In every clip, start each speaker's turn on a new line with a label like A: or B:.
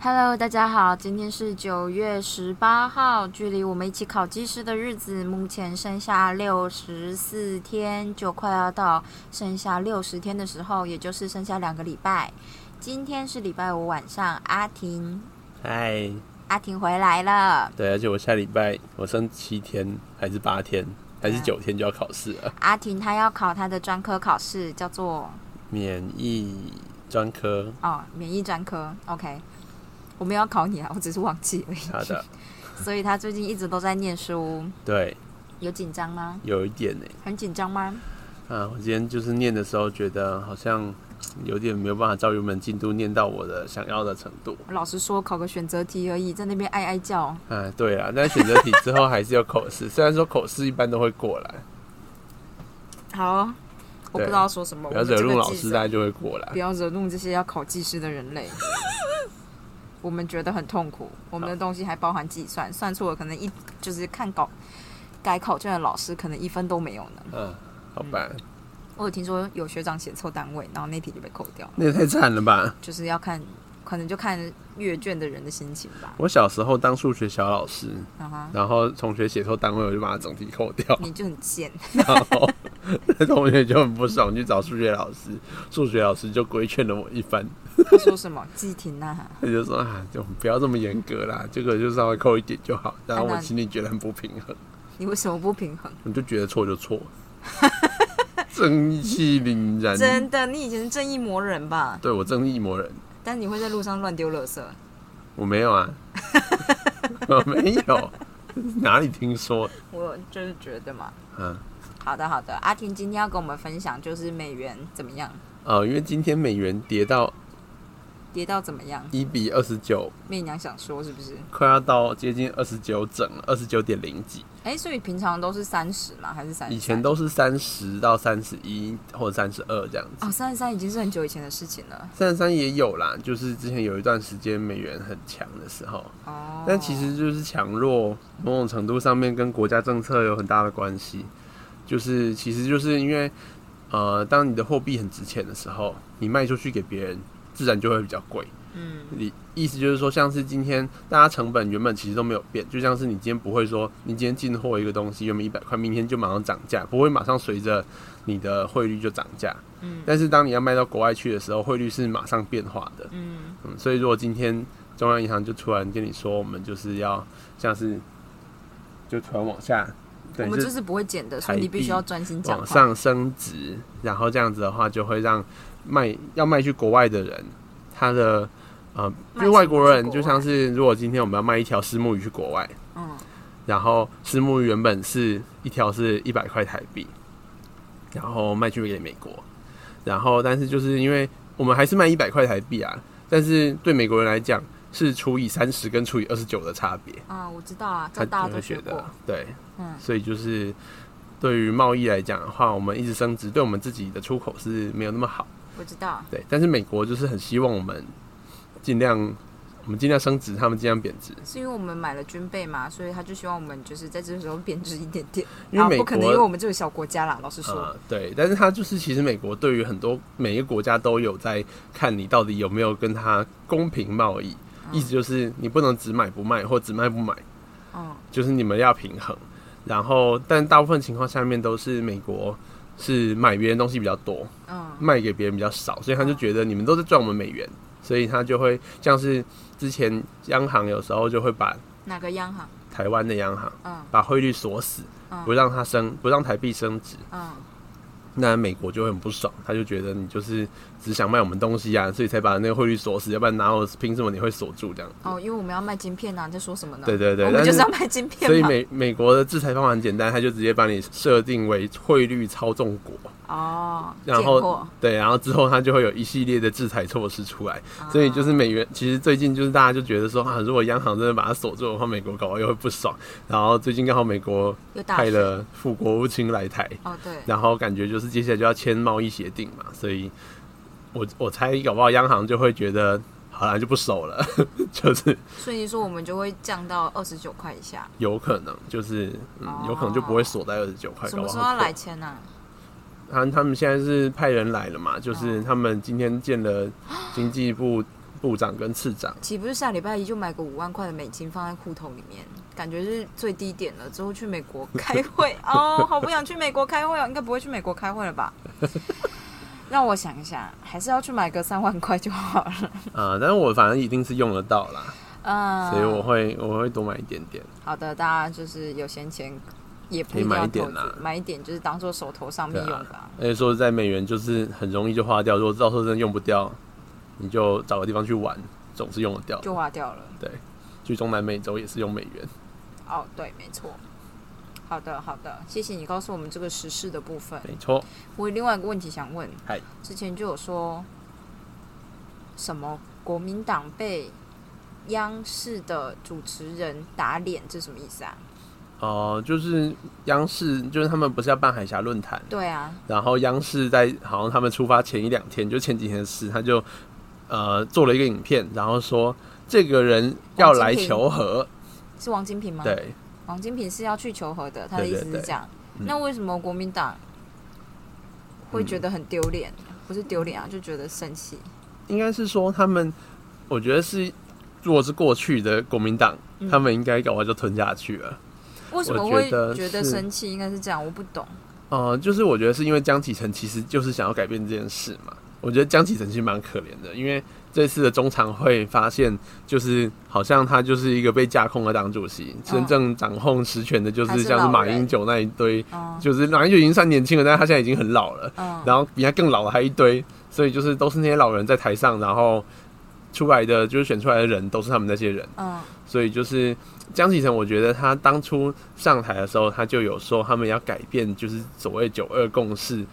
A: Hello，大家好，今天是九月十八号，距离我们一起考技师的日子目前剩下六十四天，就快要到剩下六十天的时候，也就是剩下两个礼拜。今天是礼拜五晚上，阿婷，
B: 嗨，
A: 阿婷回来了，
B: 对，而且我下礼拜我剩七天还是八天还
A: 啊
B: 是九天就要考试了，
A: 阿婷她要考她的专科考试，叫做
B: 免疫专科，
A: 哦免疫专科，OK。我没有要考你啊，我只是忘记而已。
B: 好的，
A: 所以她最近一直都在念书，
B: 对，
A: 有紧张吗？
B: 有一点呢、欸
A: 很紧张吗？
B: 啊，我今天就是念的时候觉得好像有点没有办法照原本进度念到我的想要的程度，
A: 老实说，考个选择题而已，在那边哀哀叫。
B: 啊，对啊，但选择题之后还是有口试， 虽然说口试一般都会过来，
A: 好哦，我不
B: 对
A: 知道说什么。
B: 不要
A: 我们
B: 惹
A: 哦这个
B: 怒老
A: 记
B: 师，啊
A: 者
B: 大家就会过来
A: 不。要惹怒这些要考技师的人类。我们觉得很痛苦，我们的东西还包含计算，算错了可能一就是看稿改考卷的老师可能一分都没有呢。
B: 嗯，好吧，
A: 我有听说有学长写错单位，然后那题就被扣掉了，
B: 那也太惨了吧！
A: 就是要看，可能就看阅卷的人的心情吧。
B: 我小时候当数学小老师，
A: 啊哈，
B: 然后同学写错单位，我就把它整题扣掉。
A: 你就很 贱，
B: 然后那同学就很不爽，去找数学老师，数学老师就规劝了我一番，
A: 他说什么季婷呐、
B: 他就说啊，就不要这么严格啦，这个就稍微扣一点就好。然后
A: 啊
B: 我
A: 那
B: 心里觉得很不平衡，
A: 你为什么不平衡？
B: 我就觉得错就错，正气凛然，
A: 真的，你以前是正义魔人吧？
B: 对我正义魔人，
A: 但你会在路上乱丢垃圾，
B: 我没有啊， 我没有，哪里听说？
A: 我就是觉得嘛。
B: 嗯、
A: 好的，好的。阿婷今天要跟我们分享就是美元怎么样，
B: 呃，因为今天美元跌到
A: 跌到怎么样？
B: 一比二十九，
A: 媚娘想说是不是？
B: 快要到接近二十九整了，二十九点零几。
A: 哎、所以平常都是三十嘛，还是三？
B: 以前都是三十到三十一或者三十二这样子，
A: 哦，三十三已经是很久以前的事情了。
B: 三十三也有啦，就是之前有一段时间美元很强的时候，
A: 哦，
B: 但其实就是强弱某种程度上面跟国家政策有很大的关系，就是其实就是因为呃，当你的货币很值钱的时候，你卖出去给别人，自然就会比较贵。
A: 嗯，
B: 你意思就是说，像是今天大家成本原本其实都没有变，就像是你今天不会说，你今天进货一个东西原本一百块，明天就马上涨价，不会马上随着你的汇率就涨价。
A: 嗯
B: 但是当你要卖到国外去的时候，汇率是马上变化的。
A: 嗯，
B: 嗯，所以如果今天中央银行就突然跟你说，我们就是要像是就突然往下，
A: 我
B: 对，
A: 们
B: 就
A: 就是不会减的，所
B: 台
A: 以
B: 币
A: 你必须要专心讲
B: 往
A: 话。
B: 上升值，然后这样子的话，就会让卖要卖去国外的人，他的呃，因
A: 卖
B: 为外国
A: 出
B: 人
A: 去国外
B: 就像是如果今天我们要卖一条石目鱼去国外，
A: 嗯，
B: 然后石目鱼原本是一条是一百块台币，然后卖去给美国，然后但是就是因为我们还是卖一百块台币啊，但是对美国人来讲是除以三十跟除以二十九的差别。
A: 啊，我知道啊，这
B: 他
A: 大家
B: 就
A: 都
B: 会
A: 学
B: 觉
A: 过
B: 得。对，
A: 嗯
B: 所以就是对于贸易来讲的话，我们一直升值，对我们自己的出口是没有那么好，
A: 我知道，
B: 对。但是美国就是很希望我们尽量，我们尽量升值，他们尽量贬值，
A: 是因为我们买了军备嘛，所以他就希望我们就是在这个时候贬值一点点。
B: 因为美
A: 啊、不可能，因为
B: 国
A: 我。们这个小国家啦，老实说。
B: 啊、对，但是他就是其实美国对于很多每一个国家都有在看你到底有没有跟他公平贸易，意思就是你不能只买不卖或只卖不买，
A: 嗯，
B: 就是你们要平衡。然后，但大部分情况下面都是美国是买别人东西比较多，
A: 嗯
B: 卖给别人比较少，所以他就觉得你们都在赚我们美元，所以他就会像是之前央行有时候就会把
A: 哪个央行？
B: 台湾的央行
A: 嗯
B: 把汇率锁死
A: 嗯，
B: 不让它升，不让台币升值。
A: 嗯，
B: 那美国就会很不爽，他就觉得你就是只想卖我们东西啊，所以才把那个汇率锁死，要不然哪有凭什么你会锁住这样？
A: 哦，因为我们要卖晶片呐、你在说什么呢？哦
B: 对对对
A: 我们
B: 但
A: 就是是要卖晶片嘛。
B: 所以美美国的制裁方法很简单，他就直接把你设定为汇率操纵国，
A: 哦，
B: 然
A: 见
B: 后
A: 过
B: 对，然后之后它就会有一系列的制裁措施出来，
A: 啊
B: 所以就是美元，其实最近就是大家就觉得说啊，如果央行真的把它锁住的话，美国搞完又会不爽。然后最近刚好美国
A: 又大
B: 派了副国务卿来台，
A: 哦，对，
B: 然后感觉就是接下来就要签贸易协定嘛，所以我我猜搞不好央行就会觉得。好啦，就不收了， 就是
A: 所以你说我们就会降到二十九块以下。
B: 有可能就是嗯，有可能就不会锁在二十九块。
A: 哦什么
B: 搞
A: 时
B: 不
A: 候
B: 好
A: 要来签呢、啊
B: 他他们现在是派人来了嘛，就是
A: 哦
B: 他们今天见 了经济部部长跟次长，
A: 岂不是下礼拜一就买个五万块的美金放在户头里面？感觉是最低点了。之后去美国开 会哦，好不想去美国开会哦，应该不会去美国开会了吧？ 让我想一下，还是要去买个三万块就好了。
B: 啊，但是我反正一定是用得到啦，
A: 嗯，
B: 所以我会我会多买一点点。
A: 好的，大家就是有闲钱也不
B: 可以
A: 一定
B: 买
A: 要
B: 一点啊
A: 投资
B: 啦
A: 买一点就是当做手头上
B: 对
A: 面用
B: 啊
A: 吧。，
B: 而且说实在美元就是很容易就花掉，如果到时候真的用不掉，你就找个地方去玩，总是用得掉的。
A: 就花掉了。
B: 去中南美洲也是用美元。
A: 哦，对，没错。好的，好的，谢谢你告诉我们这个时事的部分。
B: 没错，
A: 我有另外一个问题想问
B: 嗨，
A: 之前就有说什么国民党被央视的主持人打脸，这什么意思啊？
B: 哦、就是央视，就是他们不是要办海峡论坛，
A: 对啊，
B: 然后央视在好像他们出发前一两天，就前几天的事，他就呃做了一个影片，然后说这个人要来求和，
A: 是王金平吗？，
B: 对，
A: 王金平是要去求和的，他的意
B: 对对
A: 思是
B: 对
A: 这样。
B: 嗯
A: 那为什么国民党会觉得很丢脸？不是丢脸啊，就觉得生气。
B: 应该是说他们，我觉得是如果是过去的国民党，
A: 嗯
B: 他们应该搞完就吞下去了。
A: 为什么
B: 我
A: 会
B: 觉得
A: 觉得
B: 是
A: 生气？应该是这样，我不懂。
B: 呃，就是我觉得是因为江启臣其实就是想要改变这件事嘛。我觉得江启臣其实蛮可怜的，因为这次的中常会发现，就是好像他就是一个被架空的党主席，真正掌控实权的就是像是马英九那一堆，
A: 嗯
B: 就是马英九已经算年轻了，但是他现在已经很老了，
A: 嗯，
B: 然后比他更老的还一堆，所以就是都是那些老人在台上，然后出来的就是选出来的人都是他们那些人。
A: 嗯
B: 所以就是江启臣，我觉得他当初上台的时候，他就有说他们要改变，就是所谓九二共识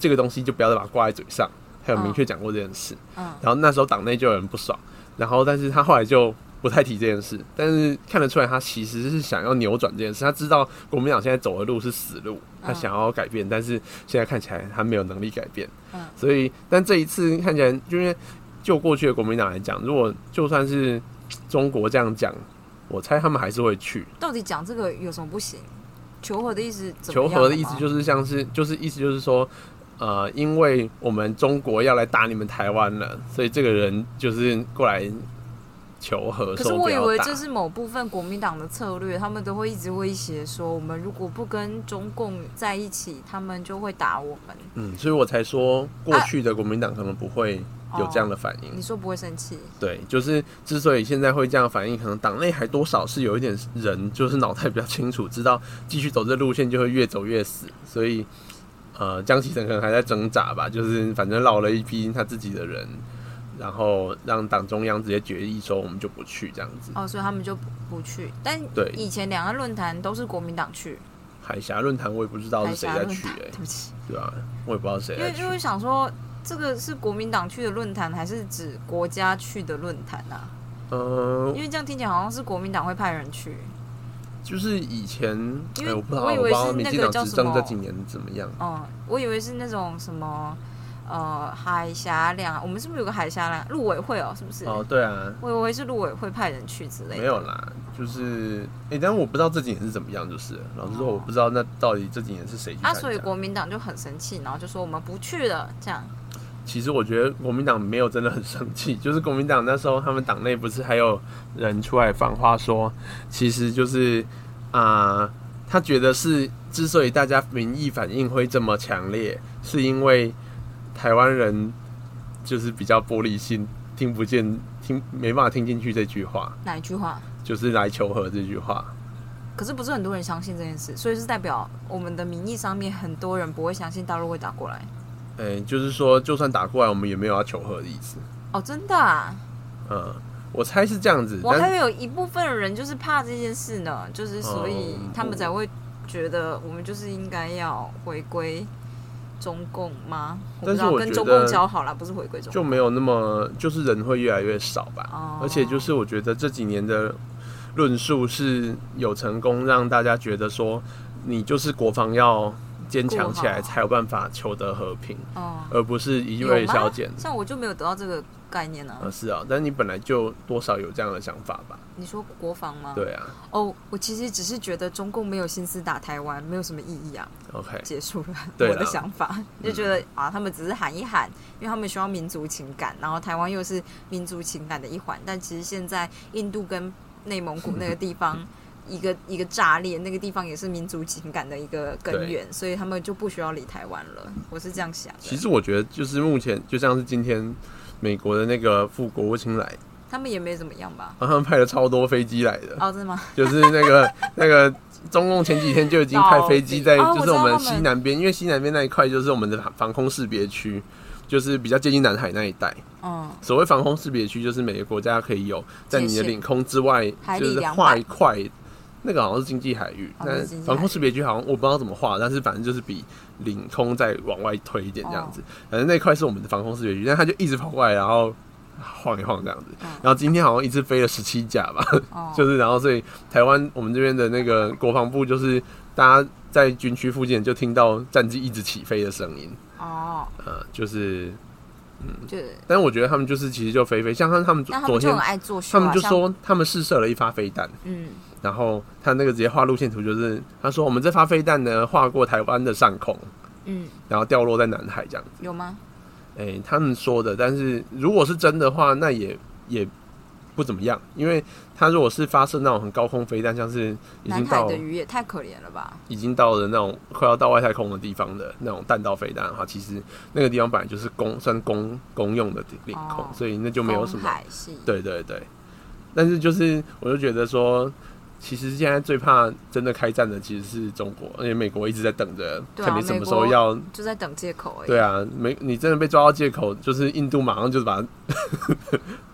B: 这个东西，就不要再把它挂在嘴上。他有明确讲过这件事，
A: 嗯
B: 然后那时候党内就有人不爽，然后但是他后来就不太提这件事，但是看得出来他其实是想要扭转这件事，他知道国民党现在走的路是死路，他
A: 嗯
B: 想要改变，但是现在看起来他没有能力改变
A: 嗯，
B: 所以但这一次看起来，就因为就过去的国民党来讲，如果就算是中国这样讲，我猜他们还是会去。
A: 到底讲这个有什么不行？求和的意思怎么
B: 求
A: 样
B: 和的意思
A: 是
B: 就是像是就是意思就是说，呃，因为我们中国要来打你们台湾了，所以这个人就是过来求和，
A: 可是
B: 说不
A: 我以
B: 要
A: 为
B: 打
A: 这是某部分国民党的策略，他们都会一直威胁说，我们如果不跟中共在一起，他们就会打我们。
B: 嗯，所以我才说
A: 啊
B: 过去的国民党可能不会有这样的反应。
A: 你说不会生气？
B: 对，就是之所以现在会这样反应，可能党内还多少是有一点人就是脑袋比较清楚，知道继续走这路线就会越走越死，所以呃，江启臣可能还在挣扎吧，就是反正捞了一批他自己的人，然后让党中央直接决议说我们就不去这样子。
A: 哦，所以他们就不不去。但
B: 对
A: 以前两岸论坛都是国民党去，
B: 海峡论坛我也不知道
A: 海
B: 是谁
A: 峡
B: 在
A: 论
B: 去、
A: 坛，
B: 欸
A: 对，不起，
B: 对啊，我也不知道谁
A: 因
B: 在
A: 为
B: 去
A: 因。为想说这个是国民党去的论坛，还是指国家去的论坛啊？
B: 嗯、
A: 因为这样听起来好像是国民党会派人去。
B: 就是以前，
A: 因
B: 哎、
A: 为
B: 我不知道，
A: 我以
B: 我不
A: 为
B: 知道
A: 是那
B: 民
A: 个
B: 进党
A: 叫
B: 执
A: 什
B: 政这
A: 么
B: 几年怎么样。
A: 哦，我以为是那种什么呃海峡两岸，我们是不是有个海峡两岸陆委会哦？是不是？
B: 哦，对啊，
A: 我以为是陆委会派人去之类的。
B: 没有啦，就是哎、诶但我不知道这几年是怎么样，就是了老实说，我不知道那到底这几年是谁去参
A: 哦啊，
B: 加
A: 所以国民党就很生气，然后就说我们不去了，这样。
B: 其实我觉得国民党没有真的很生气， 就是国民党那时候他们党内不是还有人出来放话说，其实就是啊、他觉得是之所以大家民意反应会这么强烈，是因为台湾人就是比较玻璃心，听不见听没办法听进去这句话，
A: 哪一句话？
B: 就是来求和这句话。
A: 可是不是很多人相信这件事，所以是代表我们的民意上面很多人不会相信大陆会打过来。
B: 嗯，就是说，就算打过来，我们也没有要求和的意思。
A: 哦，真的啊！
B: 嗯，我猜是这样子，
A: 我还以
B: 但
A: 为有一部分人就是怕这件事呢，就是所以
B: 哦
A: 他们才会觉得我们就是应该要回归中共吗？我不
B: 嗯但
A: 知
B: 是
A: 道
B: 我
A: 跟
B: 觉
A: 中
B: 得
A: 共交好了，不是回归中
B: 就
A: 共。
B: 没有那么，就是人会越来越少吧。
A: 哦
B: 而且就是我觉得这几年的论述是有成功让大家觉得说，你就是国防要坚强起
A: 顾好
B: 来，才有办法求得和平，
A: 哦，
B: 而不是一
A: 有
B: 味
A: 吗
B: 消减。
A: 像我就没有得到这个概念呢、
B: 啊，是啊，但你本来就多少有这样的想法吧？
A: 你说国防吗？。
B: 对啊
A: 哦，我其实只是觉得中共没有心思打台湾，没有什么意义啊。
B: ，OK，
A: 结束了
B: 对
A: 我的
B: 啦嗯
A: 想法，就觉得、啊，他们只是喊一喊，因为他们需要民族情感，然后台湾又是民族情感的一环，但其实现在印度跟内蒙古那个地方。一个 一个炸裂，那个地方也是民族情感的一个根
B: 对
A: 源，所以他们就不需要理台湾了。我是这样想的。
B: 其实我觉得就是目前就像是今天美国的那个副国务卿来，
A: 他们也没怎么样吧？
B: 然后他们派了超多飞机来的，
A: 哦，真的吗？
B: 就是那个 那个中共前几天就已经派飞机在，
A: 到底哦
B: 就是我
A: 我
B: 们
A: 知道他们
B: 西南边，因为西南边那一块就是我们的防空识别区，就是比较接近南海那一带。
A: 嗯，
B: 所谓防空识别区，就是每个国家可以有在你
A: 界
B: 的
A: 限
B: 领空之外
A: 海，里
B: 就是
A: 两
B: 画
A: 百
B: 一块，那个好像是经济海域，
A: 好像是
B: 但
A: 经济
B: 防
A: 海
B: 空识别区好像我不知道怎么画，但是反正就是比领空再往外推一点这样子。
A: 哦
B: 反正那块是我们的防空识别区，但它就一直跑过来，然后晃一晃这样子。
A: 嗯
B: 然后今天好像一次飞了十七架吧，
A: 哦，
B: 就是，然后所以台湾我们这边的那个国防部，就是大家在军区附近就听到战机一直起飞的声音，
A: 哦，
B: 呃，就是，
A: 就是，
B: 但我觉得他们就是其实就飞飞，像他他们昨
A: 那他
B: 昨
A: 们就
B: 天
A: 很爱作秀、
B: 他
A: 啊，
B: 们就
A: 像，
B: 说他们试射了一发飞弹，
A: 嗯，
B: 然后他那个直接画路线图，就是他说我们这发飞弹呢划过台湾的上空，
A: 嗯，
B: 然后掉落在南海这样子，
A: 有吗？
B: 哎、他们说的，但是如果是真的话，那也也不怎么样，因为他如果是发射那种很高空飞弹，像是已
A: 南
B: 经
A: 海
B: 到
A: 的鱼也太可怜了吧？
B: 已经到了那种快要到外太空的地方的那种弹道飞弹的话，其实那个地方本来就是公算公公用的领空，
A: 哦
B: 所以那就没有什
A: 公
B: 么。
A: 海系，
B: 对对对，但是就是我就觉得说，其实现在最怕真的开战的其实是中国，而且美国一直在等着
A: 对啊
B: 看你什么时
A: 美
B: 候
A: 国
B: 要。
A: 就在等借口而已。
B: 对啊，没你真的被抓到借口，就是印度马上就把它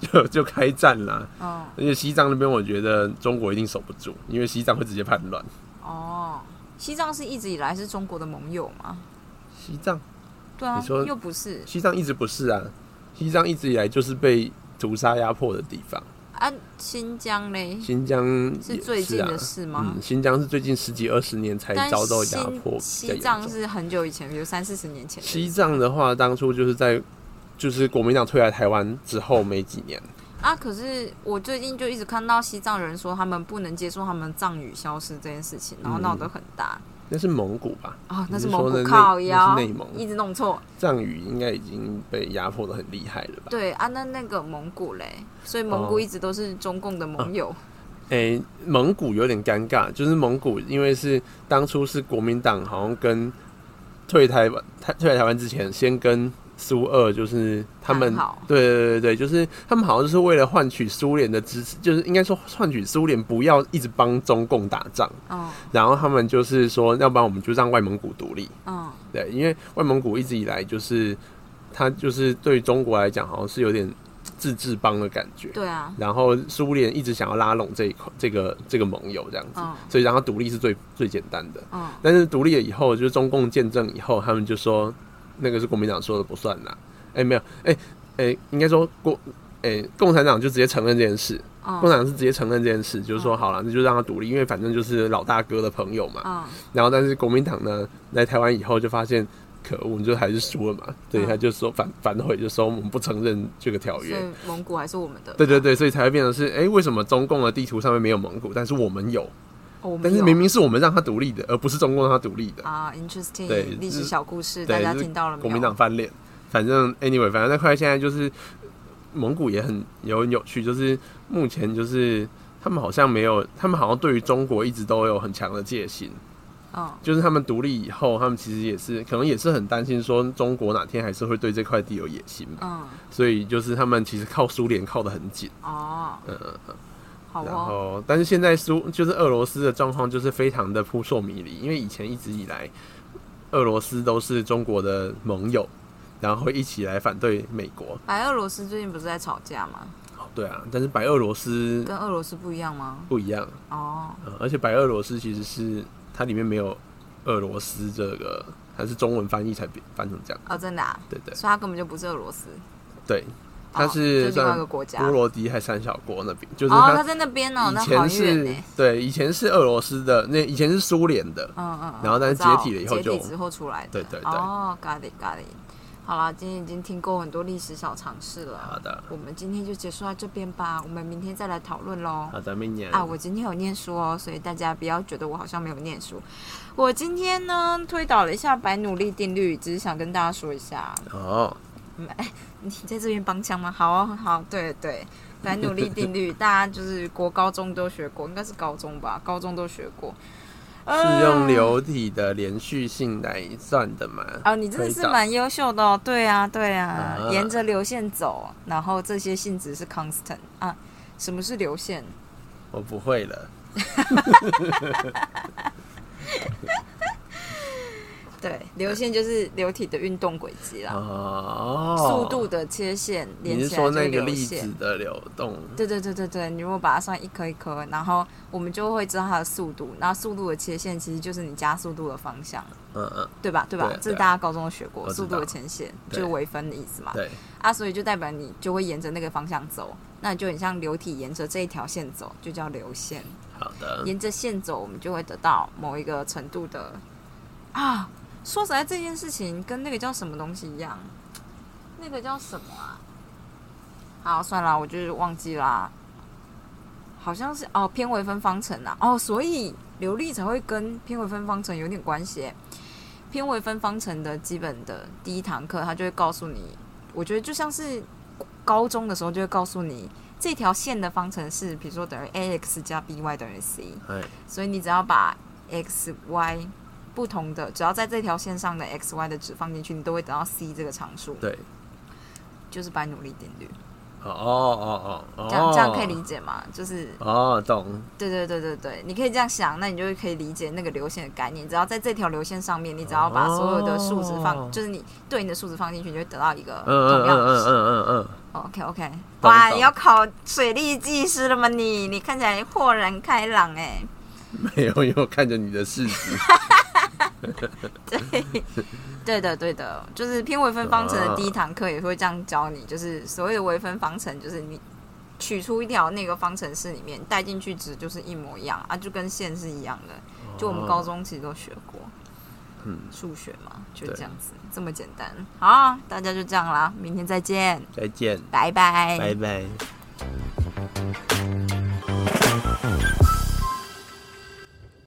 B: 就就开战啦。
A: 嗯，
B: 而且西藏那边，我觉得中国一定守不住，因为西藏会直接叛乱。
A: 哦，西藏是一直以来是中国的盟友嘛？
B: 西藏。
A: 对啊
B: 你，说
A: 又不是
B: 西藏一直不是啊，西藏一直以来就是被屠杀压迫的地方。
A: 啊，新疆嘞
B: 新疆
A: 嗯是
B: 也
A: 最近
B: 啊
A: 的事吗
B: 嗯，？新疆是最近十几二十年才
A: 但
B: 遭到压迫比较
A: 新西
B: 严重。
A: 藏是很久以前，比如三四十年前的
B: 西藏的话，当初就是在就是国民党退来台湾之后没几年，
A: 啊。可是我最近就一直看到西藏人说他们不能接受他们藏语消失这件事情，然后闹得很大
B: 那是蒙古吧？
A: 啊。那
B: 嗯你
A: 是
B: 是
A: 蒙
B: 说
A: 古
B: 的内
A: 靠腰
B: 那是内，蒙
A: 一直弄错。
B: 藏语应该已经被压迫的很厉害了吧？
A: 对啊，那那个蒙古嘞，所以蒙古
B: 哦
A: 一直都是中共的盟友。
B: 诶、蒙古有点尴尬，就是蒙古因为是当初是国民党好像跟退台湾台退来台湾之前，先跟苏俄就是他们
A: 谈好
B: 对对对对，就是他们好像就是为了换取苏联的支持，就是应该说换取苏联不要一直帮中共打仗，
A: 嗯
B: 然后他们就是说，要不然我们就让外蒙古独立，
A: 嗯
B: 对，因为外蒙古一直以来就是它就是对中国来讲好像是有点自治邦的感觉，
A: 对啊，
B: 然后苏联一直想要拉拢这一块这个这个盟友这样子，
A: 嗯
B: 所以让它独立是最最简单的。
A: 嗯
B: 但是独立了以后，就是中共建政以后，他们就说那个是国民党说的不算啦。哎、没有，哎、哎、应该说国，哎、共产党就直接承认这件事，
A: 嗯
B: 共产党是直接承认这件事，就是说好了，那就让他独立，因为反正就是老大哥的朋友嘛。
A: 嗯，
B: 然后但是国民党呢，来台湾以后就发现。可恶，你就还是输了嘛？对，
A: 嗯
B: 他就说反反悔，就说我们不承认这个条
A: 所
B: 约。
A: 以蒙古还是我们的。
B: 对对对，所以才会变成是，哎、为什么中共的地图上面没有蒙古，但是我们有？
A: 哦，我们
B: 但是
A: 有
B: 明明是我们让它独立的，而不是中共让它独立的。
A: 啊，interesting
B: 对
A: 历史
B: 就是
A: 小故事，大
B: 对，
A: 家
B: 就是
A: 听到了没有？
B: 国民党翻脸，反正 anyway，反正那块现在就是蒙古也很也很有趣，就是目前就是他们好像没有，他们好像对于中国一直都有很强的戒心。
A: 嗯
B: 就是他们独立以后，他们其实也是可能也是很担心说中国哪天还是会对这块地有野心吧，
A: 嗯
B: 所以就是他们其实靠苏联靠得很紧。
A: 哦，
B: 嗯嗯嗯。
A: 好
B: 然
A: 哦，
B: 后，但是现在苏就是俄罗斯的状况就是非常的扑朔迷离，因为以前一直以来，俄罗斯都是中国的盟友，然后会一起来反对美国。
A: 白俄罗斯最近不是在吵架吗？
B: 对啊，但是白俄罗斯
A: 跟俄罗斯不一样吗？
B: 不一样，
A: 哦
B: 呃而且白俄罗斯其实是它里面没有俄罗斯这个，它是中文翻译才变翻成这样。
A: 哦，真的啊，
B: 对对
A: 所以他根本就不是俄罗斯。
B: 对，它是
A: 哦这另外
B: 算
A: 一个国家
B: 波罗的海三小国那边，就是
A: 哦，他
B: 它
A: 在那边哦，那
B: 以
A: 好
B: 前
A: 远
B: 是、
A: 呢。
B: 对，以前是俄罗斯的，那以前是苏联的，
A: 嗯嗯嗯。
B: 然后但是
A: 我知道
B: 解体了以后就
A: 解体之后出来的。
B: 对对对
A: 哦，got it got it。好啦，今天已经听过很多历史小常识
B: 好
A: 了，
B: 的，
A: 我们今天就结束到这边吧，我们明天再来讨论喽。
B: 好的，明年
A: 啊，我今天有念书哦，所以大家不要觉得我好像没有念书。我今天呢推导了一下白努力定律，只是想跟大家说一下。
B: 哦，
A: 你在这边帮腔吗？好啊，好，对对，白努力定律，大家就是国高中都学过，应该是高中吧，高中都学过。呃
B: 是用
A: 流。
B: 流体的连续性来算的嘛？
A: 哦，你真的是
B: 推导
A: 蛮优秀的哦。对啊，对啊，
B: 啊
A: 沿着流线走，然后这些性质是 constant 啊。什么是流线？
B: 我不会了，
A: 对，流线就是流体的运动轨迹啦，
B: 哦，
A: 速度的切线连
B: 你是
A: 起来
B: 说
A: 就是
B: 那个
A: 流
B: 粒
A: 线
B: 子。的流动？
A: 对对对对对，你如果把它算一颗一颗，然后我们就会知道它的速度。那速度的切线其实就是你加速度的方向，
B: 嗯嗯，
A: 对吧？对吧？
B: 对
A: 这是
B: 对
A: 大家高中都学过，
B: 我知
A: 速度的
B: 道
A: 前线就
B: 对
A: 是微分的意思嘛。
B: 对，
A: 啊，所以就代表你就会沿着那个方向走，那你就很像流体沿着这一条线走，就叫流线。
B: 好的，
A: 沿着线走，我们就会得到某一个程度的啊。说实在，这件事情跟那个叫什么东西一样，那个叫什么啊？好，算了，我就是忘记啦。好像是哦，偏微分方程啊，哦，所以流力才会跟偏微分方程有点关系耶。偏微分方程的基本的第一堂课，它就会告诉你，我觉得就像是高中的时候就会告诉你，这条线的方程是，比如说等于 ax 加 by 等于 c，
B: 哎，
A: 所以你只要把 x y 不同的，只要在这条线上的 x y 的值放进去，你都会得到 c 这个常数，
B: 对，
A: 就是白努力定律。
B: 哦哦哦哦，
A: 这样这样可以理解吗？就是
B: 哦，懂，
A: 对对对对对，你可以这样想，那你就可以理解那个流线的概念。只要在这条流线上面，你只要把所有的数值放，
B: 哦
A: 就是你对应的数值放进去，你就会得到一个
B: 嗯嗯
A: 同样
B: 嗯
A: 的值。
B: 嗯嗯嗯
A: OK OK，
B: 懂
A: 哇，
B: 懂
A: 你要考水利技师了吗你？你看起来豁然开朗哎、
B: 嗯，没有，因为我看着你的式子，
A: 对的对的，就是偏微分方程的第一堂课也会这样教你，就是所谓的微分方程，就是你取出一条那个方程式里面带进去值就是一模一样啊，就跟线是一样的。
B: 哦
A: 就我们高中其实都学过，
B: 嗯，
A: 数学嘛，就
B: 对
A: 这样子，这么简单。好啊，大家就这样啦，明天再见，
B: 再
A: 哎
B: 见，
A: 拜拜，
B: 拜拜。